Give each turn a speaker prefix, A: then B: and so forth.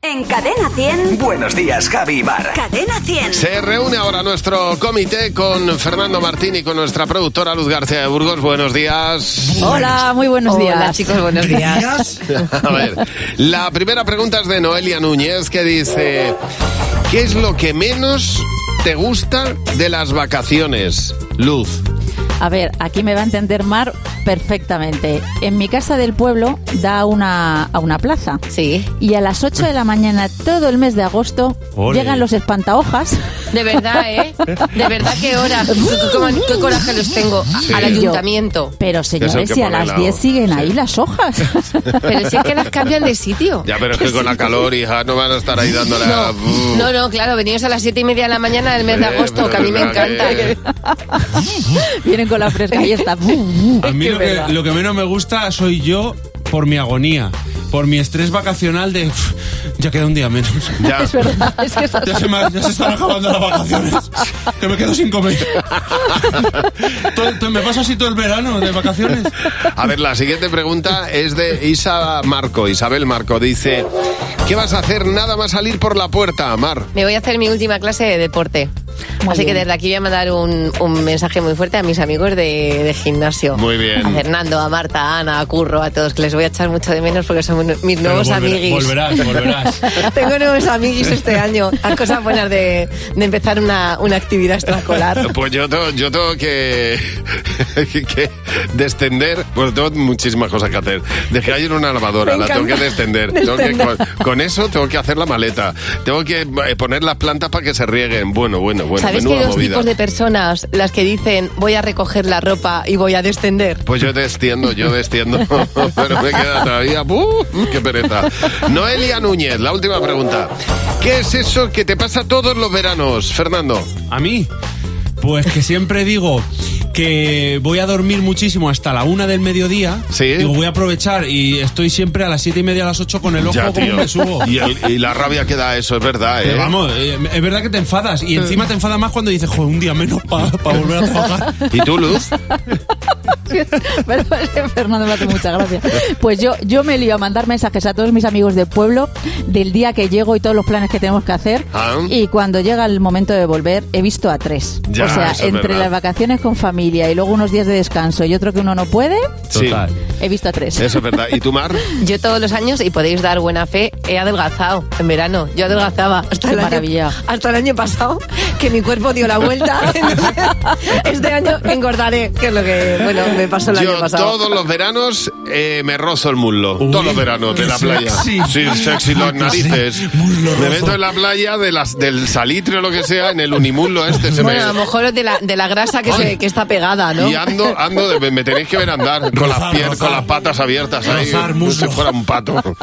A: En Cadena 100.
B: Buenos días, Javi y Mar.
A: Cadena 100.
C: Se reúne ahora nuestro comité con Fernando Martín y con nuestra productora Luz García de Burgos. Buenos días.
D: Hola, muy buenos días.
E: Hola, chicos, buenos días.
C: A ver, la primera pregunta es de Noelia Núñez que dice, ¿qué es lo que menos te gusta de las vacaciones? Luz.
D: A ver, aquí me va a entender Mar perfectamente. En mi casa del pueblo da una, a una plaza.
E: Sí.
D: Y a las 8 de la mañana, todo el mes de agosto,
F: Ole.
D: llegan los espantahojas.
E: De verdad, ¿eh? De verdad, qué hora. Cómo- qué coraje los tengo a-
C: Sí.
E: al ayuntamiento.
D: Pero señores,
C: que
D: si a
C: pone
D: las
C: la-
D: 10
F: oh,
D: siguen
C: sí.
D: ahí las hojas.
E: Pero si es que las cambian de sitio.
C: Ya, pero es que con la calor, hija, no van a estar ahí dándole a...
E: No, no, claro, venidos a las siete y media de la mañana del mes de
C: Eh,
E: agosto,
C: pero
E: que a mí me
C: es verdad ¿eh?
E: encanta.
C: que-
D: Vienen con la fresca y está. ¡bum, bum!
F: A mí lo que, lo que menos me gusta soy yo por mi agonía, por mi estrés vacacional de... "Uf, Ya queda un día menos.
C: Ya.
D: Es verdad, es que eso-
F: Ya se, me, ya se están acabando las vacaciones. Que me quedo sin comer. Todo- todo- me paso así todo el verano de vacaciones.
C: A ver, la siguiente pregunta es de Isa Marco, Isabel Marco. Dice, ¿qué vas a hacer nada más salir por la puerta, Mar?
E: Me voy a hacer mi última clase de deporte.
D: Muy
E: Así
D: bien.
E: que desde aquí voy a mandar un, un mensaje muy fuerte a mis amigos de, de gimnasio.
C: Muy bien.
E: A Fernando, a Marta, a Ana, a Curro, a todos, que les voy a echar mucho de menos porque son mis
F: Pero
E: nuevos
F: volverá-
E: amiguis.
F: Volverás, volverás.
E: Tengo nuevos amiguis este año. Las cosas buenas de, de empezar una, una actividad extraescolar.
C: Pues yo tengo, yo tengo que, que descender. Bueno, tengo muchísimas cosas que hacer. Dejé ayer una lavadora,
E: Me
C: la tengo que
E: encanta.
C: descender. Tengo que- con, con eso tengo que hacer la maleta. Tengo que eh, poner las plantas para que se rieguen. Bueno, bueno, bueno.
E: ¿Sabéis que hay
C: menuda
E: dos
C: movida.
E: tipos de personas? Las que dicen voy a recoger la ropa y voy a descender.
C: Pues yo desciendo, yo desciendo. Pero me queda todavía. ¡Uf! ¡Qué pereza! Noelia Núñez, la última pregunta. ¿Qué es eso que te pasa todos los veranos, Fernando?
F: ¿A mí? Pues que siempre digo que voy a dormir muchísimo hasta la una del mediodía.
C: Sí.
F: Digo, voy a aprovechar y estoy siempre a las siete y media, a las ocho con el ojo como me subo.
C: Y, el- y la rabia que da eso, es verdad, ¿eh?
F: Pero vamos, eh, es verdad que te enfadas y encima te enfadas más cuando dices, joder, un día menos para volver a trabajar.
C: ¿Y tú, Luz?
D: Pero es que Fernando me hace mucha gracia. Pues yo, yo me lío a mandar mensajes a todos mis amigos del pueblo del día que llego y todos los planes que tenemos que hacer.
C: Ah.
D: Y cuando llega el momento de volver, he visto a tres.
C: Ya,
D: o sea,
C: eso es
D: entre
C: verdad.
D: las vacaciones con familia y luego unos días de descanso y otro que uno no puede,
F: Total.
D: he visto a tres.
C: Sí, eso es verdad. ¿Y tú, Mar?
E: Yo todos los años, y podéis dar buena fe, he adelgazado en verano. Yo adelgazaba hasta,
D: Qué
E: el año,
D: maravilla.
E: hasta el año pasado, que mi cuerpo dio la vuelta. Entonces, este año engordaré, que es lo que bueno, me pasó el año
C: Yo
E: pasado.
C: todos los veranos eh, me rozo el muslo.
F: Uy,
C: todos los veranos de la playa.
F: sexy.
C: Sí, sexy las narices.
F: Muslo
C: me
F: rozo.
C: meto en la playa de las, del salitre o lo que sea, en el unimuslo este. Se
E: Bueno,
C: me...
E: a lo mejor es de la, de la grasa que, se- que está pegada, ¿no?
C: Y ando, ando, de- me tenéis que ver andar con, las
F: Rozar,
C: pier-
F: rozar.
C: con las patas abiertas ahí,
F: Rozar
C: como si
F: muslo.
C: fuera un pato.